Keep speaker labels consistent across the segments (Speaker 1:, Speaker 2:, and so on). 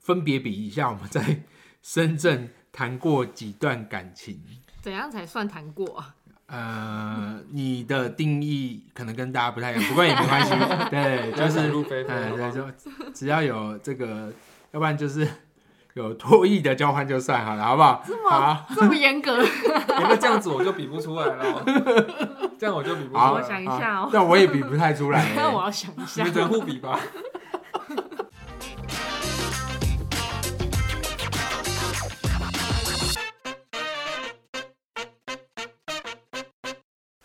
Speaker 1: 分别比一下我们在深圳谈过几段感情。
Speaker 2: 怎样才算谈过啊？
Speaker 1: 呃，你的定义可能跟大家不太一样，不过也没关系。 对，就
Speaker 3: 不要
Speaker 1: 是
Speaker 3: 想入非非
Speaker 1: 呃
Speaker 3: 好不好
Speaker 1: 对，就只要有这个，要不然就是有脱衣的交换就算好了，好不好？好，
Speaker 2: 这么严格？
Speaker 3: 因哎为这样子我就比不出来了，哦这样我就比不出
Speaker 1: 好，
Speaker 2: 我
Speaker 3: 来
Speaker 2: 想
Speaker 3: 了，
Speaker 2: 一下哦
Speaker 1: 好但我也比不太出来欸。
Speaker 2: 那我要想一
Speaker 3: 你
Speaker 2: 下
Speaker 3: 们。只能互比吧。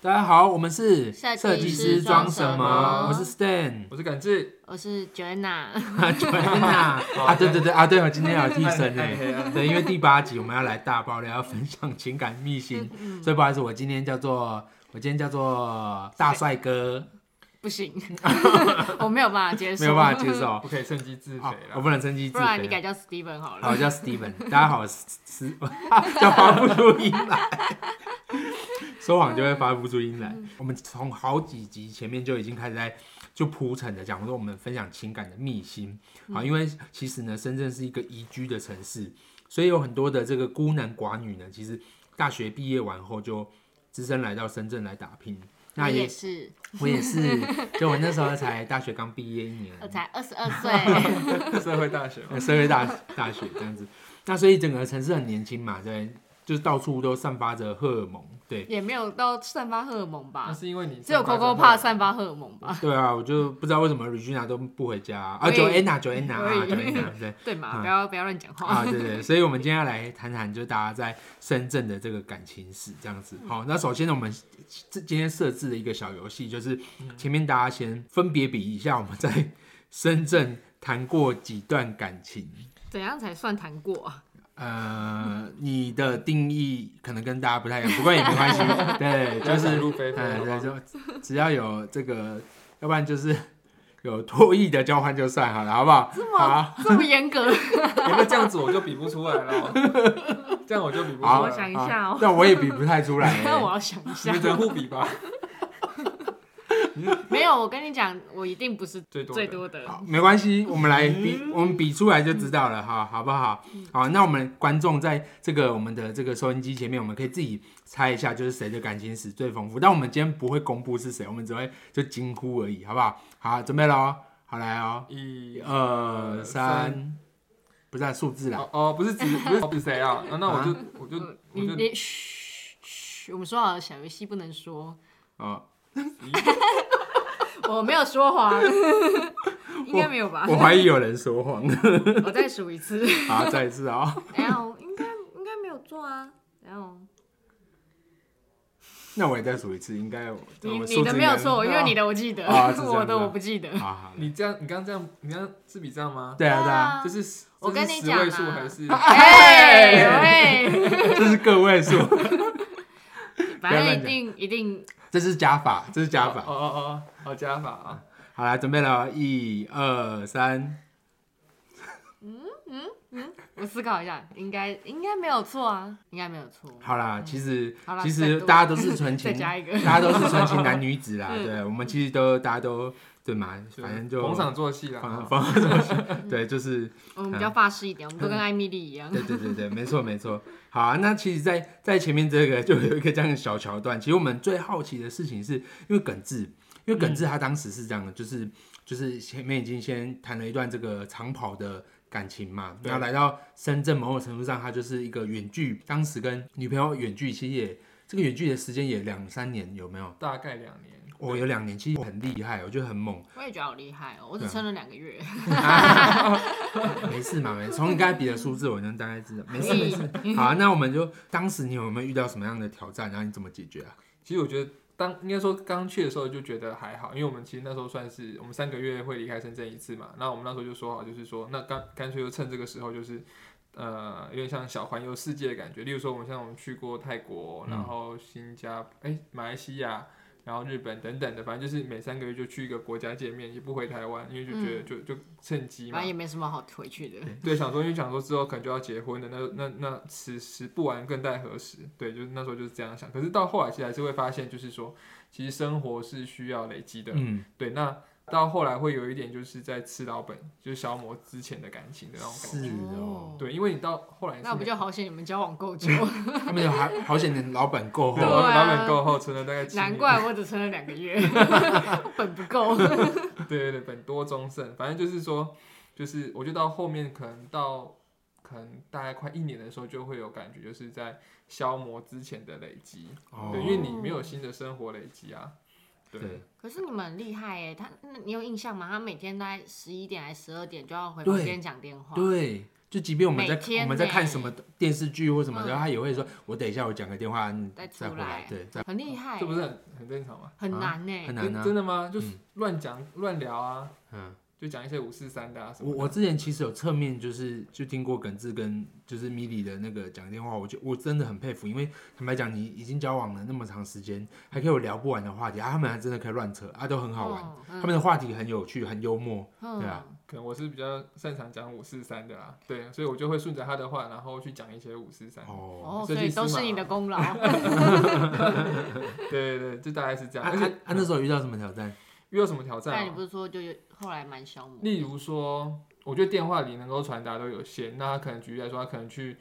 Speaker 1: 大家好，我们是
Speaker 2: 设
Speaker 1: 计
Speaker 2: 计师
Speaker 1: 师
Speaker 2: 装
Speaker 1: 装什
Speaker 2: 什
Speaker 1: 么？
Speaker 3: 么
Speaker 1: 我是 Stan
Speaker 3: 我是感志，
Speaker 2: 我是 Joanna，
Speaker 1: 啊，Joanna 啊，对对对啊，对我今天要有替身
Speaker 3: 哎哎
Speaker 1: 呢
Speaker 3: 哎。
Speaker 1: 对，因为第八集我们要来大爆料，要分享情感秘辛，
Speaker 2: 嗯
Speaker 1: 所以不好意思，我今天叫做我今天叫做大帅哥，
Speaker 2: 不行，我没有办法接受，
Speaker 1: 没有办法接受
Speaker 3: 不可以趁机自肥
Speaker 1: 啊，我
Speaker 3: 了。
Speaker 1: 不能升级自
Speaker 2: 不然你
Speaker 1: 肥。
Speaker 2: 改叫 Steven 好
Speaker 1: 好，
Speaker 2: 了
Speaker 1: 我。叫 Steven，大家好，我是 是叫发不出音来， 说谎就会发不出音来。我们从好几集前面就已经开始在就铺陈的讲说我们分享情感的秘辛啊，因为其实呢，深圳是一个宜居的城市，所以有很多的这个孤男寡女呢，其实大学毕业完后就只身来到深圳来打拼。那
Speaker 2: 我
Speaker 1: 也
Speaker 2: 也是，
Speaker 1: 我也是，哦就我那时候才大学刚毕业一 年，
Speaker 2: 我才二十二岁，
Speaker 3: 社会大学嘛，
Speaker 1: 呃，社会大大学这样子。那所以整个城市很年轻嘛，对，就是到处都散发着荷尔蒙，对，
Speaker 2: 也没有到散发荷尔蒙
Speaker 3: 那
Speaker 2: 吧？
Speaker 3: 是因为你
Speaker 2: 只有 Coco 怕散发荷尔蒙吧？
Speaker 1: 对啊，我就不知道为什么 Regina 都不回家啊啊
Speaker 2: 我也
Speaker 1: ，Joanna Joanna 啊
Speaker 2: 我也
Speaker 1: Joanna 对。
Speaker 2: 对嘛？
Speaker 1: 嗯
Speaker 2: 不要不要乱讲话。
Speaker 1: 啊，对对，所以我们今天要来谈谈，就大家在深圳的这个感情史这样
Speaker 2: 嗯
Speaker 1: 子。好，那首先呢，我们这今天设置了一个小游戏，就是
Speaker 2: 嗯
Speaker 1: 前面大家先分别比一下我们在深圳谈过几段感情。
Speaker 2: 怎样才算谈过啊？
Speaker 1: 呃，你的定义可能跟大家不太一样，不过也没关系。对，
Speaker 3: 不
Speaker 1: 就
Speaker 3: 要想
Speaker 1: 是
Speaker 3: 入非非
Speaker 1: 呃，
Speaker 3: 好不
Speaker 1: 对，
Speaker 3: 好
Speaker 1: 就只要有这个，要不然就是有脱衣的交换就算好了，好不好？好，
Speaker 2: 这么严格？
Speaker 3: 因哎为这样子我就比不出来了，哦这样我就比不出来
Speaker 1: 好，
Speaker 2: 我
Speaker 3: 了。
Speaker 2: 想一下哦
Speaker 1: 好但我也比不太出来欸。
Speaker 2: 那我要想一
Speaker 3: 你
Speaker 2: 下
Speaker 3: 们。只能互比吧，
Speaker 2: 没有，我跟你讲，我一定不是
Speaker 3: 最多的
Speaker 2: 最多的。
Speaker 1: 好，没关系，我们来比，我们比出来就知道了哈，好不好？好，那我们观众在这个我们的这个收音机前面，我们可以自己猜一下，就是谁的感情史最丰富。但我们今天不会公布是谁，我们只会就惊呼而已，好不好？好，准备喽，好来哦，一
Speaker 3: 一
Speaker 1: 二三，不是啊数字啦，
Speaker 3: 哦哦，不是指不是指谁啊？啊那我就我就
Speaker 2: 嗯
Speaker 3: 我
Speaker 2: 你
Speaker 3: 就
Speaker 2: 你嘘嘘，我们说好了，小游戏不能说。
Speaker 1: 哦，
Speaker 2: 我没有说谎， 应该没有吧
Speaker 1: 我？怀疑有人说谎，
Speaker 2: 我再数一次。
Speaker 1: 好，再一次啊、哦，
Speaker 2: 没有，应该应该没有做啊。然后
Speaker 1: 那我也再数一次，应该我
Speaker 2: 你
Speaker 1: 我数字
Speaker 2: 你的没有
Speaker 1: 应该
Speaker 2: 错，因为你的我记得，
Speaker 1: 啊是这样子啊
Speaker 2: 我的我不记得。
Speaker 1: 好好，
Speaker 3: 你这样，你刚刚这样，你刚刚是比这样吗？
Speaker 1: 对啊对啊，
Speaker 3: 这是
Speaker 2: 我
Speaker 3: 这是
Speaker 2: 跟你
Speaker 3: 十
Speaker 2: 讲
Speaker 3: 位
Speaker 2: 啊
Speaker 3: 数还是？
Speaker 2: 哎喂，
Speaker 1: 这是个位数，
Speaker 2: 反正一定一定
Speaker 1: 这是加法，这是 加法
Speaker 3: 哦。哦哦哦，加法啊！
Speaker 1: 好啦，准备了，哦一二三，
Speaker 2: 我思考一下，应该应该没有错啊，应该没有错。
Speaker 1: 好啦，其实
Speaker 2: 嗯好啦
Speaker 1: 其
Speaker 2: 再
Speaker 1: 实
Speaker 2: 多
Speaker 1: 大家都是纯
Speaker 2: 再
Speaker 1: 情，
Speaker 2: 加
Speaker 1: 大
Speaker 2: 一个，嗯
Speaker 1: 家都是纯情男女子啦，对，我们其实都大家都对嘛，
Speaker 3: 是
Speaker 1: 反正就
Speaker 3: 逢场作戏啦。
Speaker 1: 逢
Speaker 3: 哦
Speaker 1: 逢场作 戏对，就是
Speaker 2: 我们比较法式
Speaker 1: 嗯
Speaker 2: 一点，我们都跟艾米丽一样。
Speaker 1: 对对对对，没错没错。好啊，那其实在，在前面这个就有一个这样的小桥段。其实我们最好奇的事情是，因为耿志，因为耿志他当时是这样的，就是就是前面已经先谈了一段这个长跑的感情嘛，
Speaker 3: 对
Speaker 1: 然后来到深圳，某种程度上他就是一个远距，当时跟女朋友远距，其实也这个远距的时间也两三年，有没有？
Speaker 3: 大概两年，
Speaker 1: 我、有两年，其实很厉害，我觉得很猛。
Speaker 2: 我也觉得好厉害
Speaker 1: 嗯
Speaker 2: 哦，我只撑了两个月。
Speaker 1: 没事嘛，没事。从你刚才比的数字，我能大概知道。没事没事。
Speaker 2: 嗯
Speaker 1: 好啊、那我们就当时你有没有遇到什么样的挑战，然后你怎么解决啊？
Speaker 3: 其实我觉得当应该说刚去的时候就觉得还好，因为我们其实那时候算是我们三个月会离开深圳一次嘛，那我们那时候就说好，就是说那干干脆就趁这个时候就是。呃，有点像小环游世界的感觉。例如说，我们像我们去过泰国，
Speaker 1: 嗯
Speaker 3: 然后新加坡、哎、马来西亚，然后日本等等的，反正就是每三个月就去一个国家见面，也不回台湾，因为就觉得就、就趁机 嘛
Speaker 2: 反正。也没什么好回去的。
Speaker 3: 对，想说因为想说之后可能就要结婚的，那那那此时不玩更待何时？对，就是那时候就是这样想。可是到后来其实还是会发现，就是说，其实生活是需要累积的。
Speaker 1: 嗯，
Speaker 3: 对，那到后来会有一点就是在吃老本，就是消磨之前的感情的那种感觉。
Speaker 1: 是哦，
Speaker 3: 对，因为你到后来是
Speaker 2: 那不
Speaker 3: 没
Speaker 2: 就好险你们交往够久，
Speaker 1: 他们有还好险，你老板够
Speaker 3: 对
Speaker 2: 啊
Speaker 1: 厚，
Speaker 3: 我老本够厚，存了大概七年
Speaker 2: 难怪我只存了两个 月，本不够。
Speaker 3: 对对对，本多忠胜，反正就是说，就是我觉得到后面可能到可能大概快一年的时候，就会有感觉，就是在消磨之前的累积，
Speaker 1: 哦
Speaker 3: 对，因为你没有新的生活累积啊，对，
Speaker 1: 对
Speaker 2: 可是你们很厉害耶，他那你有印象吗？他每天大概十一点还是十二点就要回房
Speaker 1: 对
Speaker 2: 间讲电话，
Speaker 1: 对，就即便我们在
Speaker 2: 每天
Speaker 1: 我们在
Speaker 2: 呢
Speaker 1: 看什么电视剧或什么的，
Speaker 2: 嗯
Speaker 1: 他也会说，我等一下我讲个电话，你
Speaker 2: 再
Speaker 1: 再
Speaker 2: 出
Speaker 1: 回来
Speaker 2: 来，
Speaker 1: 对，再
Speaker 2: 很厉害耶，
Speaker 3: 这不是很很正常吗？
Speaker 2: 很
Speaker 1: 啊
Speaker 2: 难呢？
Speaker 1: 很难啊
Speaker 3: 真。真的吗？就是
Speaker 1: 嗯
Speaker 3: 乱讲乱聊啊，
Speaker 1: 嗯，
Speaker 3: 就讲一些五四三的啊什
Speaker 1: 我
Speaker 3: 么
Speaker 1: 我
Speaker 3: 的。
Speaker 1: 之前其实有侧面就是就听过耿志跟就是米莉的那个讲电话，我就我真的很佩服，因为坦白讲，你已经交往了那么长时间，还可以有聊不完的话题啊，他们还真的可以乱扯啊，都很好玩。
Speaker 2: 嗯，
Speaker 1: 他们的话题很有趣，很幽默，
Speaker 2: 嗯
Speaker 1: 对啊，
Speaker 3: 可能我是比较擅长讲五四三的啦，对，所以我就会顺着他的话，然后去讲一些五四三。
Speaker 1: 哦。
Speaker 2: 哦，
Speaker 3: 设
Speaker 2: 所
Speaker 3: 计
Speaker 2: 以
Speaker 3: 师
Speaker 2: 都
Speaker 3: 嘛
Speaker 2: 是你 的功劳。
Speaker 3: 对对对，就大概是这样。
Speaker 1: 啊
Speaker 3: 而
Speaker 1: 啊
Speaker 3: 且
Speaker 1: 啊！那时候遇到什么挑战？
Speaker 3: 遇到什么挑战、
Speaker 2: 但
Speaker 3: 啊
Speaker 2: 你？不是说就有后来蛮消磨？
Speaker 3: 例如说，我觉得电话里能够传达都有限。那他可能举例来说，他可能去，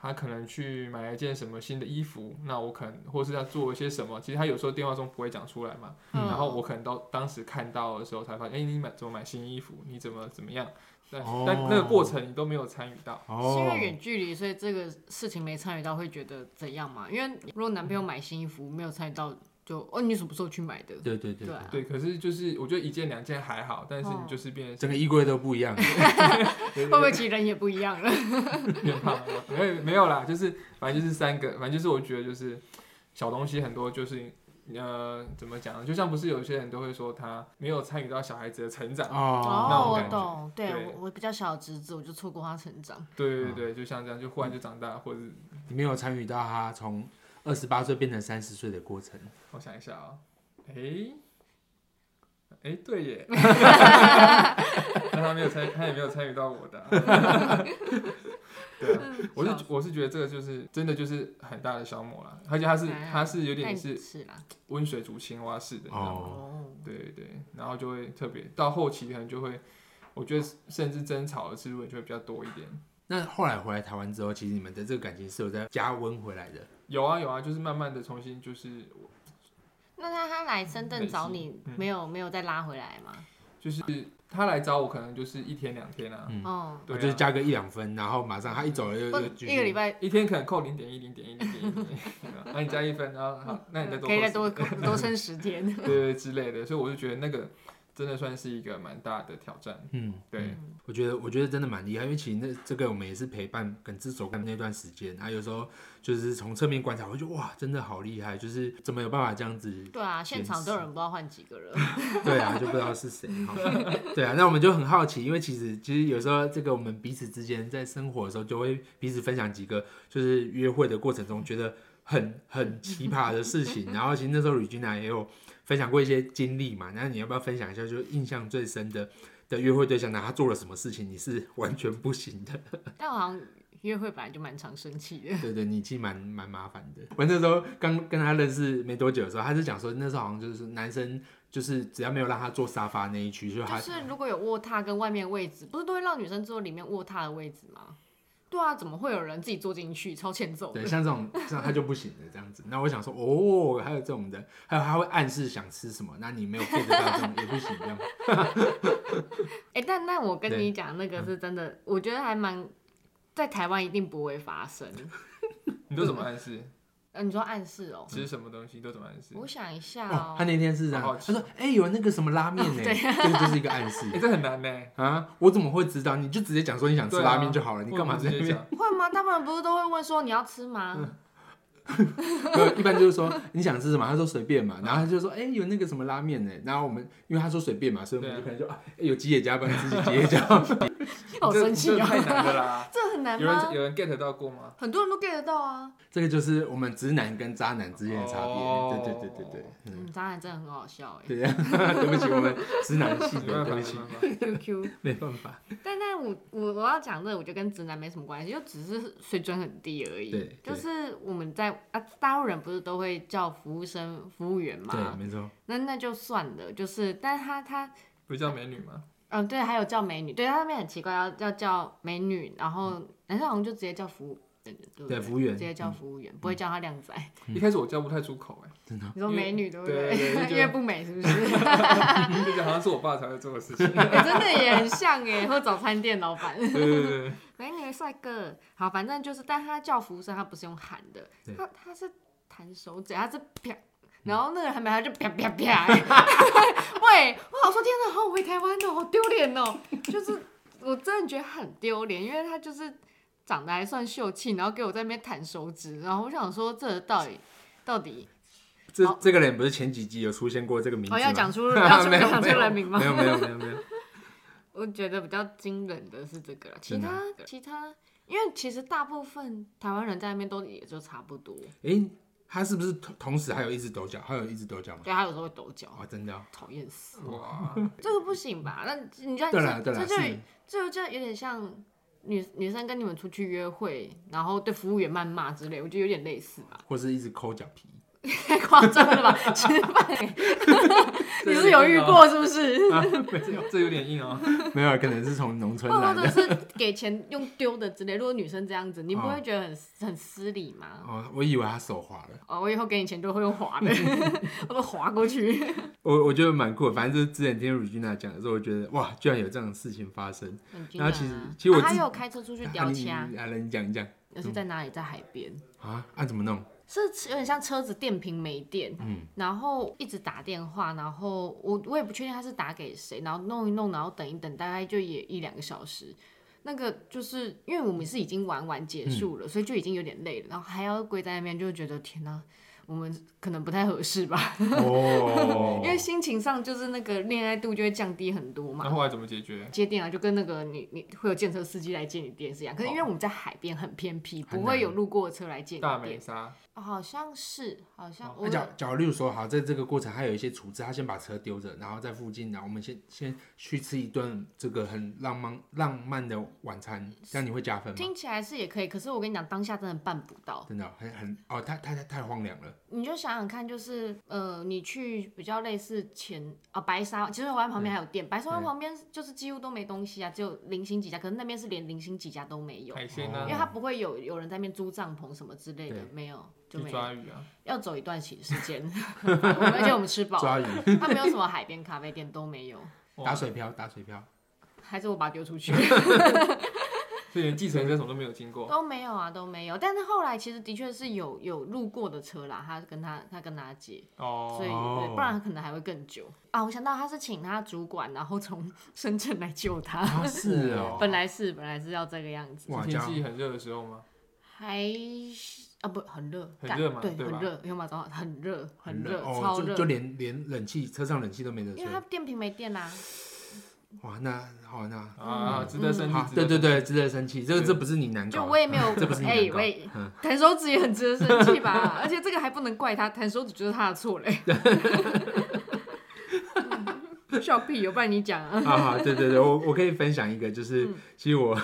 Speaker 3: 他可能去买了一件什么新的衣服，那我可能或是他做了些什么，其实他有时候电话中不会讲出来嘛。
Speaker 1: 嗯
Speaker 3: 然后我可能到当时看到的时候才发现，哎、你买怎么买新衣服？你怎么怎么样？但、
Speaker 1: 哦
Speaker 3: 但那个过程你都没有参与到。
Speaker 2: 是因
Speaker 1: 哦
Speaker 2: 为，远距离，所以这个事情没参与到，会觉得怎样嘛？因为如果男朋友买新衣服没有参与到，就哦你什么时候去买的？
Speaker 1: 对对对
Speaker 2: 对
Speaker 1: 对，
Speaker 2: 啊，
Speaker 3: 对，可是就是我觉得一件两件还好，但是
Speaker 2: 哦
Speaker 3: 你就是变得
Speaker 1: 整个衣柜都不一样。
Speaker 2: 会不会其实人也不一样了？
Speaker 3: 变胖了吗？没有没有啦，就是反正就是三个，反正就是我觉得就是小东西很多，就是呃怎么讲呢？就像不是有些人都会说他没有参与到小孩子的成长，那
Speaker 1: 哦
Speaker 2: 哦，
Speaker 3: 种
Speaker 2: 我
Speaker 3: 感觉
Speaker 2: 懂，对
Speaker 3: 对
Speaker 2: 我我比较小的侄子，我就错过他成长。
Speaker 3: 对对对，就像这样，就忽然就长大，或者是
Speaker 1: 你没有参与到他从二十八岁变成三十岁的过程。
Speaker 3: 我想一下啊、诶诶，对耶，但他没有参，他也没有参与到我的啊、对啊， 我是我是觉得这个就是真的就是很大的消磨啦，而且他是他是有点
Speaker 2: 但
Speaker 3: 是
Speaker 2: 是啦，
Speaker 3: 温水煮青蛙式的，你知道吗？
Speaker 1: 哦
Speaker 2: 哦，
Speaker 3: 对对对，然后就会特别到后期可能就会，我觉得甚至争吵的次数也就会比较多一点。
Speaker 1: 那后来回来台湾之后，其实你们的这个感情是有在加温回来的。
Speaker 3: 有啊有啊，就是慢慢的重新就是
Speaker 2: 那他他来深圳找你，
Speaker 3: 嗯
Speaker 2: 没有没有再拉回来吗？
Speaker 3: 就是他来找我，可能就是一天两天啊，
Speaker 1: 嗯
Speaker 2: 哦，
Speaker 3: 对啊
Speaker 1: 就是加个一两分，然后马上他一走了又
Speaker 2: 不
Speaker 1: 又继续
Speaker 2: 嗯一个礼拜
Speaker 3: 一天可能扣零点一零点一零点一，那、啊、你加一分，然后好，那你再多
Speaker 2: 可以再
Speaker 3: 扣
Speaker 2: 多多撑十天。
Speaker 3: 对对对之类的，所以我就觉得那个真的算是一个蛮大的挑战。
Speaker 1: 嗯，
Speaker 3: 对，
Speaker 1: 我觉得我觉得真的蛮厉害，因为其实那这个我们也是陪伴耿志走的那段时间，啊，有时候就是从侧面观察，我就哇，真的好厉害，就是怎么有办法这样子
Speaker 2: 对啊，现场都有人不知道换几 个人。
Speaker 1: 对啊，就不知道是谁哈。对啊，那我们就很好奇，因为其实其实有时候这个我们彼此之间在生活的时候，就会彼此分享几个就是约会的过程中觉得很很奇葩的事情。然后其实那时候吕君娜也有分享过一些经历嘛，那你要不要分享一下，就是印象最深的的约会对象，然后他做了什么事情，你是完全不行的？
Speaker 2: 但我好像约会本来就蛮常生气 的。
Speaker 1: 对对，你其实蛮蛮麻烦的。我那时候刚跟他认识没多久的时候，他是讲说那时候好像就是男生。就是只要没有让他坐沙发那一区，就他
Speaker 2: 就是如果有卧榻跟外面位置，不是都会让女生坐里面卧榻的位置吗？对啊，怎么会有人自己坐进去？超欠揍的
Speaker 1: 对，。像这种这样他就不行了，这样子。那我想说，哦，还有这种的，还有他会暗示想吃什么，那你没有 get 到这种也不行，这样。
Speaker 2: 哎、但但我跟
Speaker 1: 对
Speaker 2: 你讲，那个
Speaker 3: 嗯
Speaker 2: 是真的，我觉得还蛮在台湾一定不会发生。
Speaker 3: 你都怎么暗示？
Speaker 2: 呃，你说暗示哦、
Speaker 3: 吃什么东西？你都怎么暗示？
Speaker 2: 我想一下
Speaker 1: 哦
Speaker 2: 哦、，
Speaker 1: 他那天是这
Speaker 3: 好
Speaker 1: 样，
Speaker 3: 好奇
Speaker 1: 他说，哎、有那个什么拉面呢、
Speaker 2: 哦对
Speaker 1: 这个就是一个暗示
Speaker 3: 哎、这很难呢、
Speaker 1: 啊，我怎么会知道？你就直接讲说你想吃
Speaker 3: 对啊
Speaker 1: 拉面就好了，你干嘛
Speaker 3: 不如
Speaker 1: 在
Speaker 3: 直
Speaker 1: 那
Speaker 3: 接
Speaker 1: 边？
Speaker 3: 讲？
Speaker 2: 会吗？大部分不是都会问说你要吃吗？
Speaker 3: 嗯
Speaker 1: 没有一般就是说你想吃什么，他说随便嘛，然后他就说，哎、有那个什么拉面呢、然后我们因为他说随便嘛，所以我们就可能就、啊哎有吉野家，帮你自己吉野家。
Speaker 2: 好
Speaker 3: 这
Speaker 2: 生气
Speaker 3: 这
Speaker 2: 哦、
Speaker 3: 太难了 啦！
Speaker 2: 这很难
Speaker 3: 有人
Speaker 2: 吗？
Speaker 3: 有人 get 到过吗？
Speaker 2: 很多人都 get 得到啊。
Speaker 1: 这个就是我们直男跟渣男之间的差别。
Speaker 3: 哦
Speaker 1: 对对对对对，嗯。
Speaker 2: 嗯，渣男真的很好笑哎、
Speaker 1: 对呀， 对不起，我们直男系
Speaker 3: 没
Speaker 1: 的，对
Speaker 3: 办
Speaker 1: 不
Speaker 3: 法，没
Speaker 1: 起，
Speaker 3: 办法。
Speaker 2: QQ，
Speaker 1: 没办法。
Speaker 2: 欸但但我我我要讲这个，我觉得跟直男没什么关系，就只是水准很低而已。
Speaker 1: 对对
Speaker 2: 就是我们在啊，大陆人不是都会叫服务生、服务员嘛？
Speaker 1: 对，没错。
Speaker 2: 那那就算了，就是，但他他
Speaker 3: 不是叫美女吗？
Speaker 2: 嗯，对，还有叫美女，对他那边很奇怪，要要叫美女，然后男生好像就直接叫服务，对不
Speaker 1: 对服务员
Speaker 2: 直接叫服务员，不会叫他靓仔。
Speaker 3: 一开始我叫不太出口哎、
Speaker 2: 你说美女对不对？
Speaker 3: 嗯对对对就
Speaker 2: 因为不美是不是？
Speaker 3: 欸，就觉得好像是我爸才会做的事情。
Speaker 2: 欸真的也很像哎，或早餐店老板，
Speaker 3: 对对对对，
Speaker 2: 美女帅哥，好，反正就是，但他叫服务生，他不是用喊的
Speaker 1: 对，
Speaker 2: 他他是弹手指，他是啪。然后那个人还没，他就啪啪啪，喂，我好说天哪，好回台湾哦，好丢脸哦，就是我真的觉得很丢脸，因为他就是长得还算秀气，然后给我在那边弹手指，然后我想说这到底到底
Speaker 1: 这
Speaker 2: 好
Speaker 1: 这个人不是前几集有出现过这个名字吗？
Speaker 2: 哦要讲出要 出
Speaker 1: 没有
Speaker 2: 讲出
Speaker 1: 没有
Speaker 2: 人名吗
Speaker 1: 没？有没有 没有没有，
Speaker 2: 我觉得比较惊人的是这个啦，其
Speaker 1: 真的
Speaker 2: 他其他，因为其实大部分台湾人在那边都也就差不多，
Speaker 1: 诶，他是不是同同时还有一只抖脚，还有一只抖脚吗？
Speaker 2: 对他有时候会抖脚，
Speaker 1: 哦，真的哦、
Speaker 2: 讨厌死，
Speaker 3: 哇，
Speaker 2: 这个不行吧？那你这样
Speaker 1: 对啦对
Speaker 2: 这
Speaker 1: 啦，
Speaker 2: 这就是这就有点像女女生跟你们出去约会，然后对服务员谩骂之类，我觉得有点类似吧，
Speaker 1: 或是一直抠脚皮。
Speaker 2: 太夸张了吧？ 吃饭你是有遇过是 不是？
Speaker 3: 哦 这，这有点硬哦。
Speaker 1: 没有，啊可能是从农村
Speaker 2: 或
Speaker 1: 来
Speaker 2: 者
Speaker 1: 的。
Speaker 2: 是给钱用丢的之类，如果女生这样子，你不
Speaker 1: 哦
Speaker 2: 会觉得很很失礼吗？
Speaker 1: 哦，我以为他手滑了，
Speaker 2: 哦，我以后给你钱都会用滑的， 我都滑过去。
Speaker 1: 我我觉得蛮酷的。反正就是之前听 Regina 讲的时候，我觉得哇，居然有这样的事情发生。然后其实其实我
Speaker 2: 啊、他
Speaker 1: 自己
Speaker 2: 有开车出去
Speaker 1: 啊
Speaker 2: 叼
Speaker 1: 你嗯
Speaker 2: 枪，
Speaker 1: 来来，你讲一讲
Speaker 2: 而是在哪里？在海边，
Speaker 1: 啊，按、怎么 弄？
Speaker 2: 是有点像车子电瓶没电，
Speaker 1: 嗯，
Speaker 2: 然后一直打电话，然后我我也不确定他是打给谁，然后弄一弄，然后等一等，大概就也一两个小时。那个就是因为我们是已经玩完结束
Speaker 1: 嗯
Speaker 2: 了，所以就已经有点累了，然后还要跪在那边，就觉得天哪、我们可能不太合适吧，
Speaker 1: 哦，
Speaker 2: 因为心情上就是那个恋爱度就会降低很多嘛
Speaker 3: 那。后来怎么解决？
Speaker 2: 接电啊，就跟那个你你会有建车司机来接你电是一样。可是因为我们在海边很偏僻，
Speaker 1: 哦很
Speaker 2: 不会
Speaker 1: 难
Speaker 2: 有路过的车来接你
Speaker 3: 大美
Speaker 2: 电。
Speaker 3: 沙，
Speaker 2: 哦好像是，好像我
Speaker 1: 哦那假假如例如说，好，在这个过程还有一些处置，他先把车丢着，然后在附近，然后我们先先去吃一顿这个很浪漫浪漫的晚餐，这样你会加分吗？
Speaker 2: 听起来是也可以，可是我跟你讲，当下真的办不到。
Speaker 1: 真的哦很很哦，太太太太荒凉了，
Speaker 2: 你就想想看，就是呃，你去比较类似前啊、白沙湾，其实湾旁边还有店，白沙湾
Speaker 1: 嗯
Speaker 2: 旁边就是几乎都没东西啊，只有零星几家，可是那边是连零星几家都没有，
Speaker 3: 海鲜
Speaker 2: 因
Speaker 1: 哦
Speaker 3: 啊
Speaker 2: 为，它不会有有人在那边租帐篷什么之类的
Speaker 1: 对，
Speaker 2: 没有就
Speaker 3: 去
Speaker 2: 没有，
Speaker 3: 抓鱼啊，
Speaker 2: 要走一段时时 间，而且我们吃饱了。
Speaker 1: 抓鱼，
Speaker 2: 它没有什么海边咖啡店都没有，
Speaker 3: 哇
Speaker 1: 打水漂，打水漂，
Speaker 2: 还是我把它丢出去
Speaker 3: 所以连计程车什么都没有 经过。
Speaker 2: 都没有啊，都没有。但是后来其实的确是有有路过的车啦，他跟他他跟他姐，
Speaker 3: 哦
Speaker 2: 所以、
Speaker 1: 哦
Speaker 2: 对不然可能还会更久啊。我想到他是请他主管，然后从深圳来救他，
Speaker 1: 啊是
Speaker 3: 哦
Speaker 1: 哦，
Speaker 2: 本来是本来是要这个样子，
Speaker 1: 哇
Speaker 3: 是天气很热的时候吗？
Speaker 2: 还啊不很热，
Speaker 3: 很
Speaker 2: 干
Speaker 3: 热嘛
Speaker 2: 对，
Speaker 3: 对吧
Speaker 2: 很热，有马早很热很热，
Speaker 1: 哦，
Speaker 2: 超
Speaker 1: 就
Speaker 2: 热，
Speaker 1: 就连连冷气车上冷气都没得吹
Speaker 2: 因为，他电瓶没电啊啦、
Speaker 1: 哇，那好、那
Speaker 3: 啊，
Speaker 2: 嗯
Speaker 3: 值得生气
Speaker 1: 好，，
Speaker 3: 值得
Speaker 1: 对对
Speaker 3: 生
Speaker 1: 对，值得生气，这个
Speaker 3: 对
Speaker 1: 这不是你难
Speaker 2: 就
Speaker 1: 搞
Speaker 2: 我
Speaker 1: 的，
Speaker 2: 也没有，
Speaker 1: 这不是你
Speaker 2: 哎、
Speaker 1: 难搞
Speaker 2: 我也
Speaker 1: 嗯
Speaker 2: 弹手指也很值得生气吧？ 而且这个还不能怪他，弹手指就是他的错嘞。 嗯笑屁哦，有不然你讲啊？
Speaker 1: 啊，好对对对，我我可以分享一个，
Speaker 3: 嗯
Speaker 1: 就是、 其实我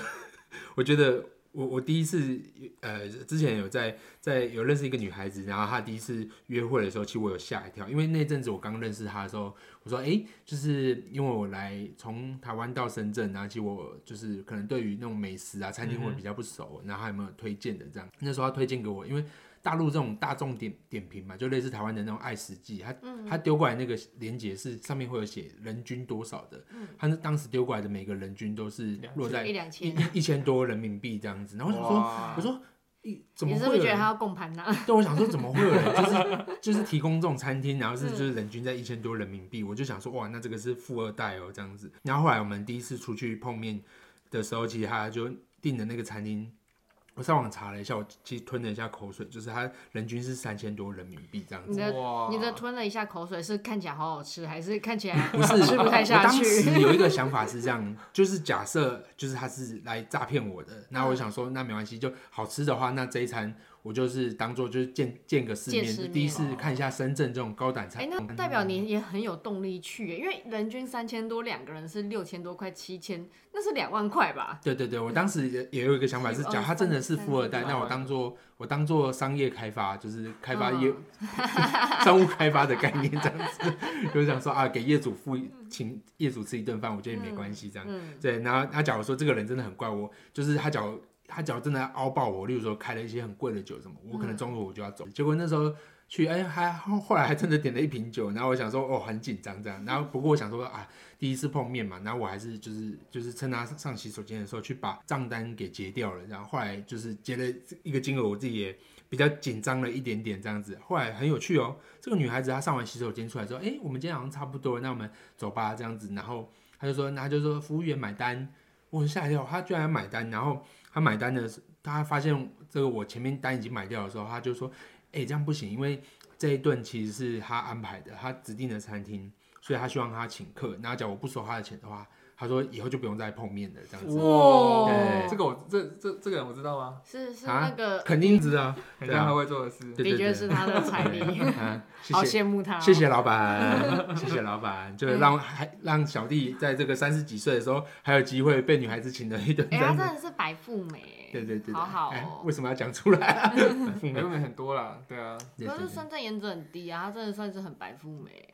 Speaker 1: 我觉得我我第一次呃之前有在在有认识一个女孩子，然后她第一次约会的时候，其实我有吓一跳，因为那阵子我刚认识她的时候，我说哎、诶就是因为我来从台湾到深圳，然后其实我就是可能对于那种美食啊餐厅
Speaker 3: 嗯哼
Speaker 1: 会比较不熟，然后她有没有推荐的这样？那时候她推荐给我，因为。大陆这种大众点点评嘛，就类似台湾的那种爱食记，他
Speaker 2: 嗯
Speaker 1: 他丢过来那个链接是上面会有写人均多少的，他那当时丢过来的每个人均都是
Speaker 3: 两
Speaker 1: 落在
Speaker 2: 一嗯两千，
Speaker 1: 一一千多人民币这样子。然后我想说，
Speaker 3: 哇
Speaker 1: 我说一怎么
Speaker 2: 你是不
Speaker 1: 会
Speaker 2: 是
Speaker 1: 有
Speaker 2: 觉得他
Speaker 1: 人？
Speaker 2: 要共盘呐？
Speaker 1: 对，我想说怎么会有 人就是就是提供这种餐厅，然后是就
Speaker 2: 嗯
Speaker 1: 是人均在一千多人民币，我就想说哇，那这个是富二代哦这样子。然后后来我们第一次出去碰面的时候，其实他就订的那个餐厅。我上网查了一下，我其实吞了一下口水，就是他人均是三千多人民币这样子
Speaker 2: 你。的
Speaker 1: 哦
Speaker 3: 哇，
Speaker 2: 你的吞了一下口水，是看起来好好吃，还是看起来
Speaker 1: 不是
Speaker 2: 吃不太下
Speaker 1: 我当
Speaker 2: 去？
Speaker 1: 时有一个想法是这样， 就是假
Speaker 2: 嗯
Speaker 1: 设就是他是来诈骗我的，那我想说那没关系，就好吃的话，那这一餐我就是当做就是见见个世面，
Speaker 2: 见世面哦
Speaker 1: 第一次看一下深圳这种高档
Speaker 2: 哎、
Speaker 1: 餐。
Speaker 2: 那代表你也很有动力去耶，因为人均三千多，两个人是六千多块，七千，那是两万块吧？
Speaker 1: 对对对，我当时也也有一个想法是，
Speaker 2: 嗯
Speaker 1: 假如他真的是富二代，
Speaker 3: 嗯
Speaker 1: 那我当做我当做商业开发，就是开
Speaker 2: 嗯
Speaker 1: 发 业、商务开发的概念这样子， 就是想说啊，给业主付请业主吃一顿饭，我觉得也没关系这样。
Speaker 2: 嗯，
Speaker 1: 对，然后他假如说这个人真的很怪我，就是他假如他假如真的凹爆我，例如说开了一些很贵的酒什么，我可能中途我就要走。结果那时候去，哎，还后后来还真的点了一瓶酒，然后我想说哦很紧张这样，然后不过我想说啊第一次碰面嘛，然后我还是就是就是趁他上洗手间的时候去把账单给结掉了，然后后来就是结了一个金额，我自己也。比较紧张了一点点这样子，后来很有趣哦。这个女孩子她上完洗手间出来之后，哎、我们今天好像差不多，那我们走吧这样子。然后他就说，那他就说服务员买单，我吓一跳，他居然买单，然后他买单的时候，他发现这个我前面单已经买掉的时候，他就说，哎、这样不行，因为这一顿其实是他安排的，他指定的餐厅，所以他希望他请客，那假如我不收他的钱的话，他说以后就不用再碰面了，这样子，对
Speaker 3: 这个我这这这个人我知道吗？
Speaker 2: 是是
Speaker 1: 啊
Speaker 2: 那个，
Speaker 1: 肯定值啊，
Speaker 3: 很
Speaker 1: 对啊
Speaker 3: 像他会做的事。
Speaker 1: 对对
Speaker 2: 的确
Speaker 1: 对
Speaker 2: 是他的财力，
Speaker 1: 啊， 谢
Speaker 2: 好嗯
Speaker 1: 谢。
Speaker 2: 羡慕他、哦
Speaker 1: 谢。谢老板，谢谢老板，就是让还让小弟在这个三十几岁的时候还有机会被女孩子请了一顿 这
Speaker 2: 哎、
Speaker 1: 样
Speaker 2: 他
Speaker 1: 子。
Speaker 2: 真的是白富美，
Speaker 1: 对对对，
Speaker 2: 好好
Speaker 1: 哎
Speaker 2: 哦。
Speaker 1: 为什么要讲出来 啊？父
Speaker 3: 没
Speaker 1: 母
Speaker 3: 有哎很多啦，对啊，
Speaker 1: 对
Speaker 2: 可
Speaker 1: 对对
Speaker 2: 是深圳颜值很低啊，他真的算是很白富美，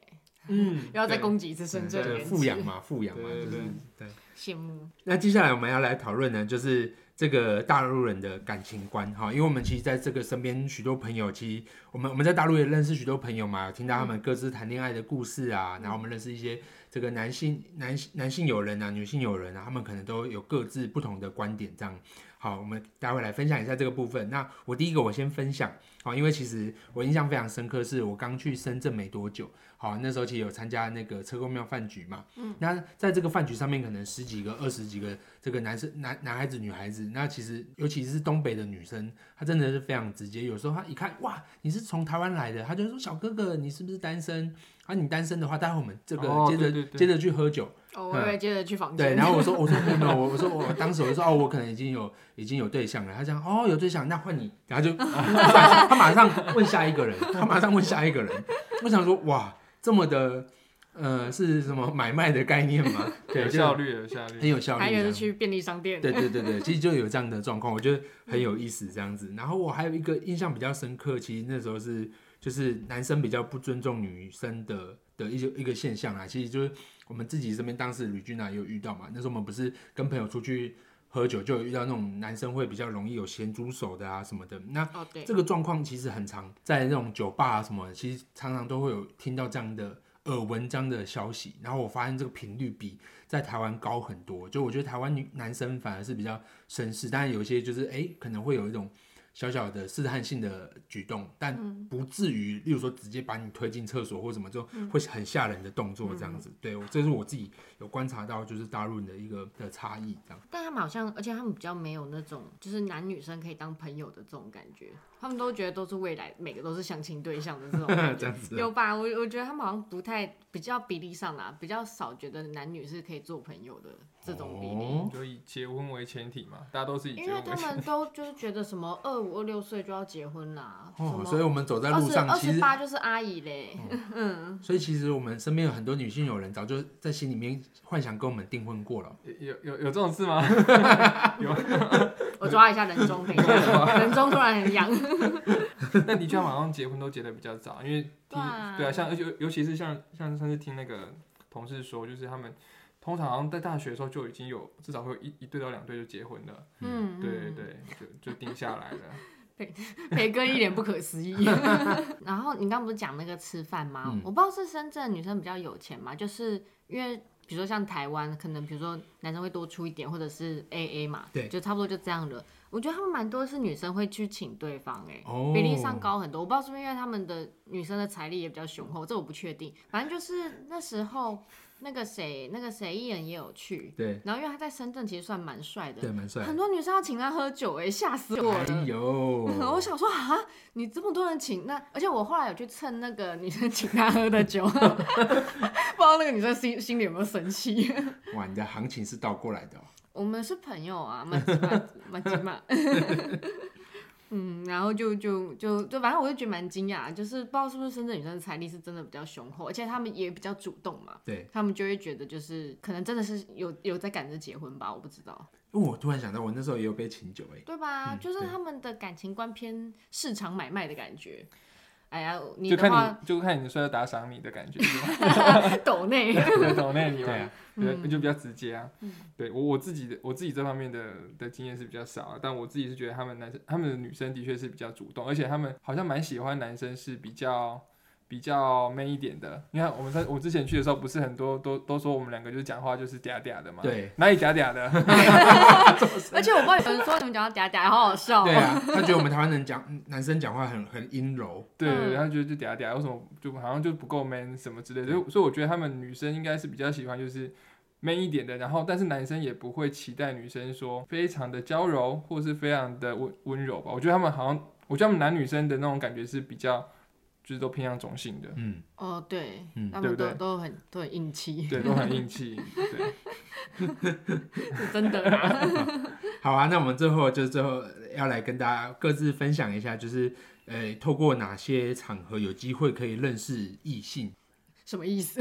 Speaker 3: 嗯
Speaker 2: 然后再攻击一次深
Speaker 1: 对
Speaker 2: 圳
Speaker 1: 对
Speaker 2: 颜值，
Speaker 1: 富养嘛，富养嘛，
Speaker 3: 对
Speaker 1: 就是
Speaker 3: 对对
Speaker 1: 对。
Speaker 2: 羡慕。
Speaker 1: 那接下来我们要来讨论呢，就是这个大陆人的感情观哈，因为我们其实在这个身边许多朋友，其实我们我们在大陆也认识许多朋友嘛，有听到他们各自谈恋爱的故事啊，然后我们认识一些这个男性男男性友人啊、女性友人啊，他们可能都有各自不同的观点这样。好，我们待会来分享一下这个部分。那我第一个我先分享，好，因为其实我印象非常深刻，是我刚去深圳没多久，好，那时候其实有参加那个车公庙饭局嘛，嗯，那在这个饭局上面，可能十几个、二十几个这个男生、男男孩子、女孩子，那其实尤其是东北的女生，她真的是非常直接，有时候她一看，哇，你是从台湾来的，她就说小哥哥，你是不是单身？啊，你单身的话，待会我们这个
Speaker 3: 哦
Speaker 1: 接着、
Speaker 3: 对对对
Speaker 1: 接着去喝酒。
Speaker 2: 哦，我以为接着去房间。
Speaker 1: 嗯对，然后我说，我说没有没有，我我说我当时我就说哦，我可能已经有已经有对象了。他讲哦有对象，那换你，然后 就他马上问下一个人，他马上问下一个人。我想说哇，这么的呃是什么买卖的概念吗？对，
Speaker 3: 有
Speaker 1: 就哎
Speaker 3: 效率，有效率。
Speaker 1: 很有效率
Speaker 2: 还
Speaker 1: 这
Speaker 2: 有
Speaker 1: 样
Speaker 2: 人。去便利商店，
Speaker 1: 对对对对，其实就有这样的状况，我觉得很有意思这样子。然后我还有一个印象比较深刻，其实那时候是就是男生比较不尊重女生的的一些一个现象啊，其实就是我们自己这边当时吕俊啊也有遇到嘛，那时候我们不是跟朋友出去喝酒，就有遇到那种男生会比较容易有咸猪手的啊什么的，那。
Speaker 2: 哦对，
Speaker 1: 这个状况其实很常在那种酒吧啊什么的，其实常常都会有听到这样的耳闻这样的消息。然后我发现这个频率比在台湾高很多，就我觉得台湾女男生反而是比较绅士，但有一些就是哎、诶可能会有一种小小的试探性的举动，但
Speaker 2: 嗯
Speaker 1: 不至于，例如说直接把你推进厕所或什么，就
Speaker 2: 嗯
Speaker 1: 会很吓人的动作这样子。对，我这是我自己有观察到，就是大陆人的一个的差异这样。
Speaker 2: 但他们好像，而且他们比较没有那种就是男女生可以当朋友的这种感觉，他们都觉得都是未来每个都是相亲对象的这种感
Speaker 1: 这
Speaker 2: 觉
Speaker 1: 样。子啊
Speaker 2: 有吧？我我觉得他们好像不太比较比例上啊啦，比较少觉得男女是可以做朋友的这种比例。
Speaker 1: 哦
Speaker 3: 就以结婚为前提嘛，大家都是以
Speaker 2: 因
Speaker 3: 结
Speaker 2: 为
Speaker 3: 婚为
Speaker 2: 他
Speaker 3: 前
Speaker 2: 们都就是觉得什么二五二六岁就要结婚啦，什
Speaker 1: 哦，
Speaker 2: 么
Speaker 1: 所以我们走在
Speaker 2: 二
Speaker 1: 路
Speaker 2: 十
Speaker 1: 上，
Speaker 2: 二
Speaker 1: 其
Speaker 2: 十
Speaker 1: 实哦
Speaker 2: 八就是阿姨嘞，
Speaker 1: 所以其实我们身边有很多女性友人，早就在心里面幻想跟我们订婚过了。
Speaker 3: 提。有有有这种事 吗？
Speaker 2: 我抓一下人中，等一下， 人中突然很
Speaker 1: 嗯
Speaker 2: 痒。
Speaker 3: 但的确，好像结婚都结得比较早，因为
Speaker 2: 对啊
Speaker 3: 听对啊，像而且尤其是像像上次听那个同事说，就是他们通常好像在大学的时候就已经有至少会有一一对到两对就结婚了，
Speaker 2: 嗯，
Speaker 3: 对
Speaker 2: 嗯
Speaker 3: 对，就就定下来了。
Speaker 2: 培哥一脸不可 思议。然后你刚不是讲那个吃饭吗？
Speaker 1: 嗯
Speaker 2: 我不知道是深圳女生比较有钱嘛，就是因为比如说像台湾，可能比如说男生会多出一点，或者是 A A 嘛，
Speaker 1: 对
Speaker 2: 就差不多就这样了。我觉得他们蛮多是女生会去请对方、欸，
Speaker 1: 哦
Speaker 2: 比例上高很多。我不知道是不是因为他们的女生的财力也比较雄厚，这我不确定。反正就是那时候那个谁，那个谁艺人也有去，
Speaker 1: 对
Speaker 2: 然后因为他在深圳其实算蛮帅的，
Speaker 1: 对，蛮帅的。
Speaker 2: 很多女生要请他喝酒、欸，哎，吓死我了。
Speaker 1: 哎呦，
Speaker 2: 我想说啊，你这么多人请那，而且我后来有去蹭那个女生请她喝的酒， 不知道那个女生心心里有没有生气。
Speaker 1: 哇，你的行情是倒过来的、哦。
Speaker 2: 我们是朋友啊，蛮蛮蛮嘛。 嗯，然后就就就就反正我就觉得蛮惊讶，就是不知道是不是深圳女生的财力是真的比较雄厚，而且她们也比较主动嘛，
Speaker 1: 对，
Speaker 2: 她们就会觉得就是可能真的是有有在赶着结婚吧，我不知道，
Speaker 1: 因为哦我突然想到，我那时候也有被请酒哎、
Speaker 2: 对吧？
Speaker 1: 嗯
Speaker 2: 就是
Speaker 1: 对
Speaker 2: 他们的感情观偏市场买卖的感觉。哎呀，你
Speaker 3: 就
Speaker 2: 的
Speaker 3: 看
Speaker 2: 话
Speaker 3: 你就看你帅要打赏你的感觉，是吧
Speaker 2: 抖内，
Speaker 3: 对，懂那里
Speaker 1: 对啊
Speaker 3: 嘛，对，
Speaker 2: 嗯
Speaker 3: 就比较直接啊
Speaker 2: 嗯。
Speaker 3: 对我我自己的我自己这方面的的经验是比较少啊，但我自己是觉得他们男生他们的女生的确是比较主动，而且他们好像蛮喜欢男生是比较。比较 man 一点的，你看我们在我之前去的时候，不是很多都都说我们两个就是讲话就是嗲嗲的嘛，
Speaker 1: 对，
Speaker 3: 哪里嗲嗲的？
Speaker 2: 而且我不知道有人说你们讲到嗲嗲，好好笑
Speaker 1: 对
Speaker 2: 哦。
Speaker 1: 啊，他觉得我们台湾人讲嗯男生讲话很很阴柔，
Speaker 3: 对对
Speaker 2: 嗯
Speaker 3: 对，他觉得就嗲嗲，为什么就好像就不够 man 什么之类的，所以所以我觉得他们女生应该是比较喜欢就是 man 一点的，然后但是男生也不会期待女生说非常的娇柔或是非常的温温柔吧，我觉得他们好像，我觉得他们男女生的那种感觉是比较就是都偏向中性的，
Speaker 1: 嗯，
Speaker 2: 哦，对
Speaker 1: 嗯，
Speaker 2: 他们
Speaker 3: 对
Speaker 2: 都
Speaker 3: 不对
Speaker 2: 都很都很硬气，
Speaker 3: 对，都很硬气，对，
Speaker 2: 是真的啊啦。
Speaker 1: 好啊，那我们最后就最后要来跟大家各自分享一下，就是呃，透过哪些场合有机会可以认识异性啊
Speaker 2: 什么意思？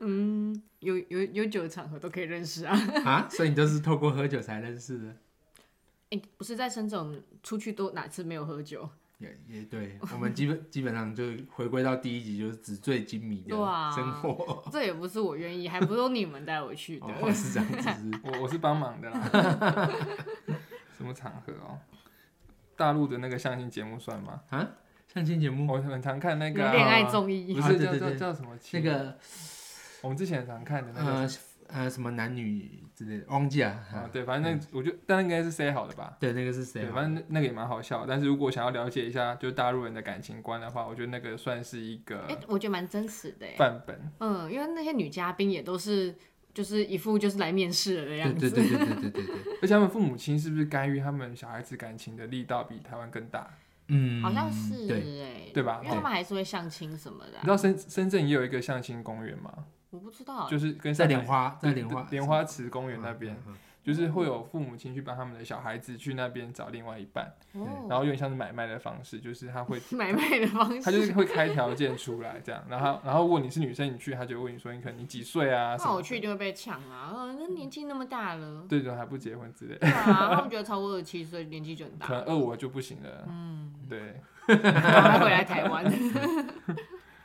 Speaker 2: 嗯，有有有酒的场合都可以认识啊。
Speaker 1: 啊？所以你都是透过喝酒才认识的？
Speaker 2: 哎、 不是在深圳我们出去都哪次没有喝酒？
Speaker 1: 也也对，我们基本基本上就回归到第一集，就是纸醉金迷的
Speaker 2: 对啊
Speaker 1: 生 活。
Speaker 2: 这也不是我愿意，还不是你们带我去的。
Speaker 1: 哦，是这样子是不是，
Speaker 3: 我我是帮忙的啦， 什么场合哦？大陆的那个相亲节目算吗？
Speaker 1: 相亲节目
Speaker 3: 我很常看那
Speaker 2: 有
Speaker 3: 个啊
Speaker 2: 恋爱综艺
Speaker 3: 不
Speaker 1: 嗯啊
Speaker 3: 是
Speaker 1: 对
Speaker 3: 叫
Speaker 1: 对
Speaker 3: 叫
Speaker 1: 对
Speaker 3: 叫什么亲？
Speaker 1: 那个
Speaker 3: 我们之前很常看的那个
Speaker 1: 呃呃什么男女之类的，忘记啊。
Speaker 3: 啊，
Speaker 1: 啊
Speaker 3: 对，反正那我觉得，但那应该是 say 好的吧。
Speaker 1: 对，那个是谁
Speaker 3: 对，
Speaker 1: 啊？
Speaker 3: 反正那那个也蛮好笑的。但是如果想要了解一下，就大陆人的感情观的话，我觉得那个算是一个
Speaker 2: 哎、我觉得蛮真实的哎。
Speaker 3: 范本。
Speaker 2: 嗯，因为那些女嘉宾也都是就是一副就是来面试的样
Speaker 1: 对
Speaker 2: 子。
Speaker 1: 对对对对对对对，
Speaker 3: 而且他们父母亲是不是干预他们小孩子感情的力道比台湾更大？
Speaker 1: 嗯，
Speaker 2: 好像是哎、
Speaker 1: 对，
Speaker 3: 对吧哦
Speaker 2: 因为他们还是会相亲什么的
Speaker 3: 你
Speaker 2: 啊、
Speaker 3: 知道深深圳也有一个相亲公园吗？
Speaker 2: 我不知道。哦
Speaker 3: 就是跟
Speaker 1: 在
Speaker 3: 上海
Speaker 1: 莲花，在
Speaker 3: 对
Speaker 1: 莲花
Speaker 3: 对莲花池公园那边，
Speaker 1: 嗯，嗯
Speaker 3: 就是会有父母亲去帮他们的小孩子去那边找另外一半，然
Speaker 2: 哦，
Speaker 3: 后有点像是买卖的方式，就是他会
Speaker 2: 买卖的方式。
Speaker 3: 他就是会开条件出来这样，然后然后问你是女生，你去，他就问你说你可能你几岁啊什
Speaker 2: 那
Speaker 3: 么
Speaker 2: 我
Speaker 3: 的，
Speaker 2: 去一定会被抢啊！呃，那年纪那么大 了，
Speaker 3: 对对还不结婚之类的，
Speaker 2: 对啊，他们觉得超过二十七岁年纪就很大
Speaker 3: 可能
Speaker 2: 了，
Speaker 3: 二五就不行了，
Speaker 2: 嗯，
Speaker 3: 对，
Speaker 2: 然后还回来台湾，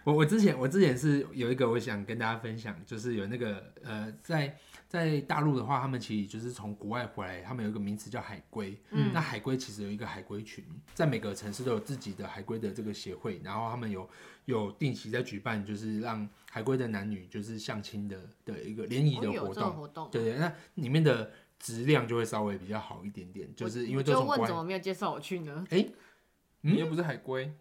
Speaker 1: 我我之前我之前是有一个我想跟大家分享，就是有那个呃，在在大陆的话，他们其实就是从国外回来，他们有一个名词叫海归。
Speaker 2: 嗯
Speaker 1: 那海归其实有一个海归群，在每个城市都有自己的海归的这个协会，然后他们有有定期在举办，就是让海归的男女就是相亲的的一个联谊
Speaker 2: 我
Speaker 1: 的
Speaker 2: 哦有
Speaker 1: 活
Speaker 2: 这种
Speaker 1: 动。
Speaker 2: 活动，
Speaker 1: 对对，那里面的质量就会稍微比较好一点点，就是因为
Speaker 2: 我
Speaker 1: 都
Speaker 2: 就
Speaker 1: 从国
Speaker 2: 问
Speaker 1: 外
Speaker 2: 怎。么没有介绍我去呢？
Speaker 1: 嗯
Speaker 3: 你又不是海归，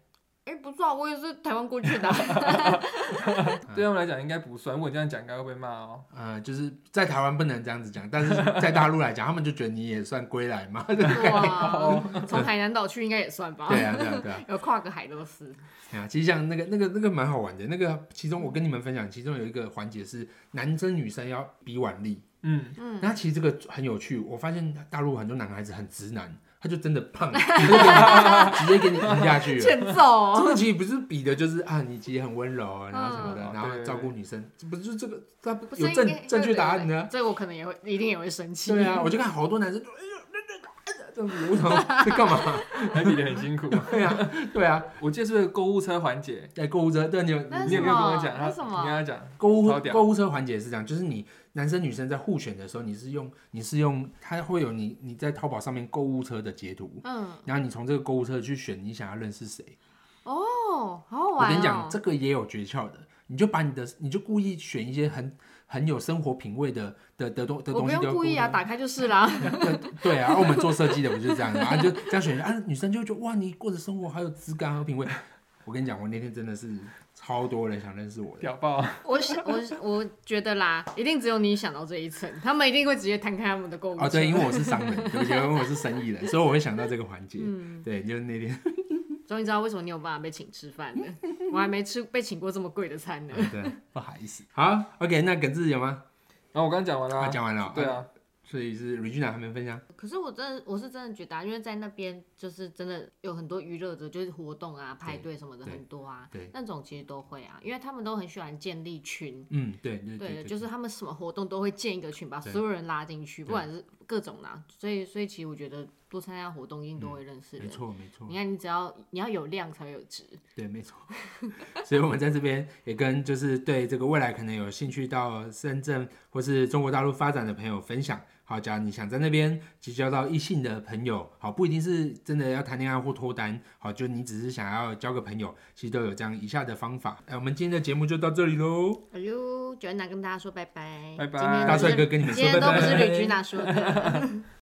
Speaker 2: 哎、不知道，我也是台湾过去的啊、
Speaker 1: 嗯
Speaker 3: 对他们来讲应该不算，如果你这样讲应该会被骂哦。
Speaker 1: 呃，就是在台湾不能这样子讲，但是在大陆来讲，他 们就觉得你也算归来嘛。对
Speaker 2: 哇，哦从海南岛去应该也算吧，
Speaker 1: 啊，哦对啊，对啊。
Speaker 2: 有跨个海都是。
Speaker 1: 哎呀，其实像那个、那个、那个蛮好玩的。那个其中我跟你们分享，其中有一个环节是男生女生要比腕力。
Speaker 3: 嗯，
Speaker 2: 嗯，
Speaker 1: 那其实这个很有趣，我发现大陆很多男孩子很直男，他就真的胖， 直接给你赢下去了。
Speaker 2: 欠揍、哦
Speaker 1: 这个其实不是比的，就是啊，你其实很温柔，然后什么的，
Speaker 3: 嗯
Speaker 1: 然后
Speaker 3: 对
Speaker 1: 照顾女生，这不是这个，他
Speaker 2: 不是
Speaker 1: 有
Speaker 2: 应该
Speaker 1: 正正确答案
Speaker 2: 对对
Speaker 1: 呢
Speaker 2: 对？这个我可能也会，一定也会生气。
Speaker 1: 对啊，我就看好多男生都哎呦，那那那这样子，我想 这干 嘛？
Speaker 3: 还比得很辛苦。
Speaker 1: 对啊，对啊，
Speaker 3: 我记得是不是购物车环节，
Speaker 1: 在购物车，对你有
Speaker 2: 那是
Speaker 3: 你有
Speaker 2: 什
Speaker 3: 没
Speaker 1: 有
Speaker 3: 有
Speaker 2: 么
Speaker 3: 跟我讲？他
Speaker 2: 那什么
Speaker 3: 你跟他讲，
Speaker 1: 购物
Speaker 3: 超屌
Speaker 1: 购物车环节是这样，就是你男生女生在互选的时候，你是用你是用它会有你你在淘宝上面购物车的截图，
Speaker 2: 嗯，
Speaker 1: 然后你从这个购物车去选你想要认识谁。
Speaker 2: 哦，好好玩、
Speaker 1: 我
Speaker 2: 哦。
Speaker 1: 跟你讲，这个也有诀窍的，你就把你的你就故意选一些很很有生活品味的的的东的
Speaker 2: 我
Speaker 1: 东
Speaker 2: 不
Speaker 1: 西
Speaker 2: 用
Speaker 1: 丢。
Speaker 2: 故意啊，打开就 是啦。
Speaker 1: 对啊，啊我们做设计的不就是这样的吗？啊就这样选啊，女生就会觉得哇，你过的生活好有质感，好有品味。我跟你讲，我那天真的是超多人想认识我的。
Speaker 3: 屌爆！啊
Speaker 2: 我想，我我觉得啦，一定只有你想到这一层，他们一定会直接摊开他们的购物车。
Speaker 1: 哦，对，因为我是商人，对不起，因为我是生意人，所以我会想到这个环节。对，就是那天，
Speaker 2: 终于知道为什么你有办法被请吃饭了，我还没吃被请过这么贵的餐呢。
Speaker 1: 对，不好意思。好，OK，那耿志有吗？
Speaker 3: 然后我刚讲完了
Speaker 1: 啊，
Speaker 3: 啊，
Speaker 1: 讲完了。
Speaker 3: 对，啊，
Speaker 1: 所以是 Regina 还没分享，
Speaker 2: 可是我真的我是真的觉得、啊，因为在那边就是真的有很多娱乐的，就是活动啊、派对什么的
Speaker 1: 对
Speaker 2: 很多啊
Speaker 1: 对，
Speaker 2: 那种其实都会啊，因为他们都很喜欢建立群。
Speaker 1: 嗯，对对
Speaker 2: 对
Speaker 1: 对，
Speaker 2: 就是他们什么活动都会建一个群，把
Speaker 1: 对
Speaker 2: 所有人拉进去，
Speaker 1: 对
Speaker 2: 不管是各种啦、所以所以其实我觉得多参加活动一定都会认识
Speaker 1: 没
Speaker 2: 人。
Speaker 1: 错没错
Speaker 2: 你，看，你只要你要有量才会有值，
Speaker 1: 对，没错。 所以我们在这边也跟就是对这个未来可能有兴趣到深圳或是中国大陆发展的朋友分享。好，假如你想在那边结交到异性的朋友，好，不一定是真的要谈恋爱或脱单，好，就你只是想要交个朋友，其实都有这样以下的方法。哎，我们今天的节目就到这里喽，
Speaker 2: 哎呦，九安娜跟大家说拜拜，
Speaker 3: 拜拜
Speaker 2: 今天
Speaker 1: 大
Speaker 2: 都
Speaker 1: 帅
Speaker 2: 是
Speaker 1: 哥跟你们
Speaker 2: 呃今
Speaker 1: 说
Speaker 2: 天
Speaker 1: 拜
Speaker 2: 都
Speaker 1: 拜。
Speaker 2: 不是吕君娜说的。